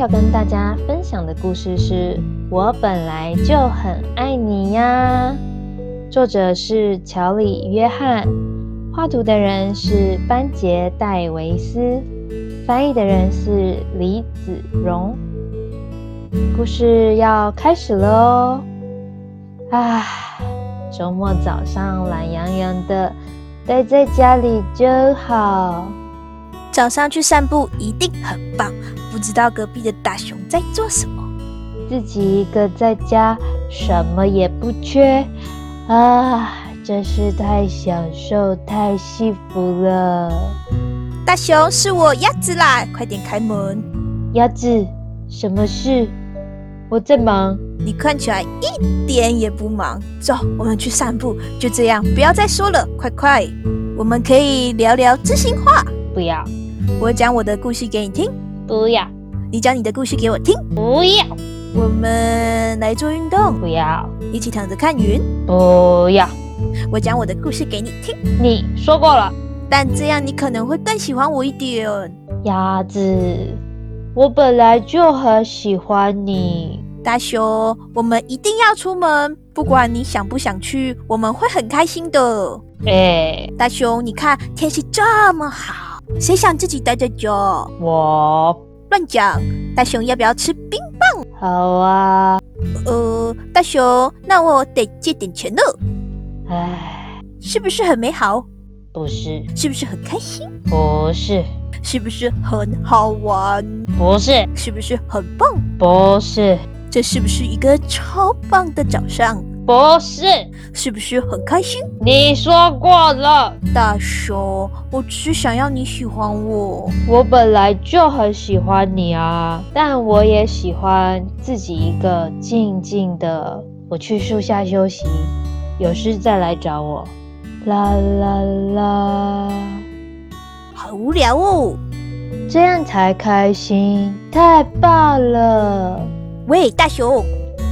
要跟大家分享的故事是《我本来就很爱你呀》，作者是乔里·约翰，画图的人是班杰·戴维斯，翻译的人是李子荣。故事要开始喽！唉，周末早上懒洋洋的，待在家里真好。早上去散步一定很棒，不知道隔壁的大熊在做什么。自己一个在家，什么也不缺，啊，真是太享受、太幸福了。大熊，是我鸭子啦，快点开门！鸭子，什么事？我在忙。你看起来一点也不忙。走，我们去散步。就这样，不要再说了，快快！我们可以聊聊知心话。不要，我讲我的故事给你听，不要，你讲你的故事给我听。不要，我们来做运动，不要，一起躺着看云。不要！我讲我的故事给你听，你说过了，但这样你可能会更喜欢我一点。鸭子，我本来就很喜欢你。大熊，我们一定要出门，不管你想不想去，我们会很开心的。哎、大熊，你看天气这么好，谁想自己待在家？我乱讲！大熊要不要吃冰？好啊，呃，大熊，那我得借点钱了，唉，是不是很美好？哎不是，是不是很开心？不是，是不是很好玩？不是，是不是很棒？不是，这是不是一个超棒的早上？不是，是不是很开心？你说过了，大熊，我只是想要你喜欢我。我本来就很喜欢你啊，但我也喜欢自己一个静静的，我去树下休息，有事再来找我。啦啦啦。好无聊哦。这样才开心，太棒了！喂，大熊，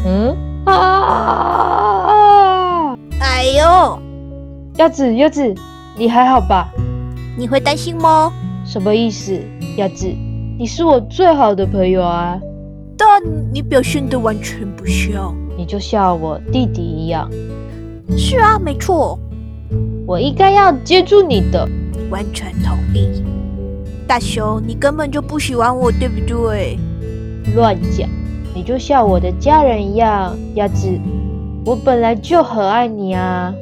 嗯啊，哎呦，鸭子鸭子，你还好吧？你会担心吗？什么意思？鸭子，你是我最好的朋友啊！但你表现的完全不像。你就像我弟弟一样，是啊，没错，我应该要接住你的。完全同意。大熊，你根本就不喜欢我，对不对？乱讲，你就像我的家人一样，鸭子，我本来就很爱你啊！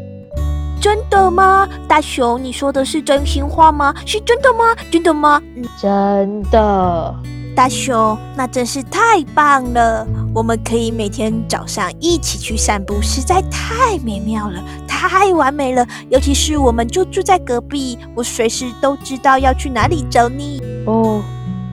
真的吗？大熊，你说的是真心话吗？是真的吗？真的吗？真的，大熊，那真是太棒了！我们可以每天早上一起去散步，实在太美妙了，太完美了。尤其是我们就住在隔壁，我随时都知道要去哪里找你。哦，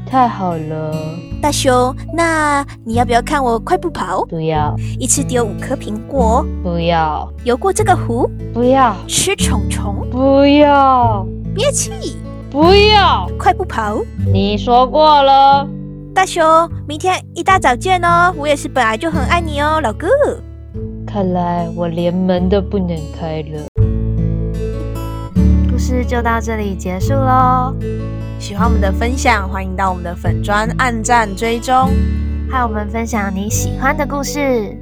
太好了，大熊，那你要不要看我快步跑？不要，一次丢五颗苹果，不要，游过这个湖，不要。吃虫虫，不要，憋气，不要！快步跑。你说过了，大熊，明天一大早见哦！我也是本来就很爱你哦，老哥。看来我连门都不能开了。故事就到这里结束喽，喜欢我们的分享，欢迎到我们的粉砖按赞追踪。和我们分享你喜欢的故事。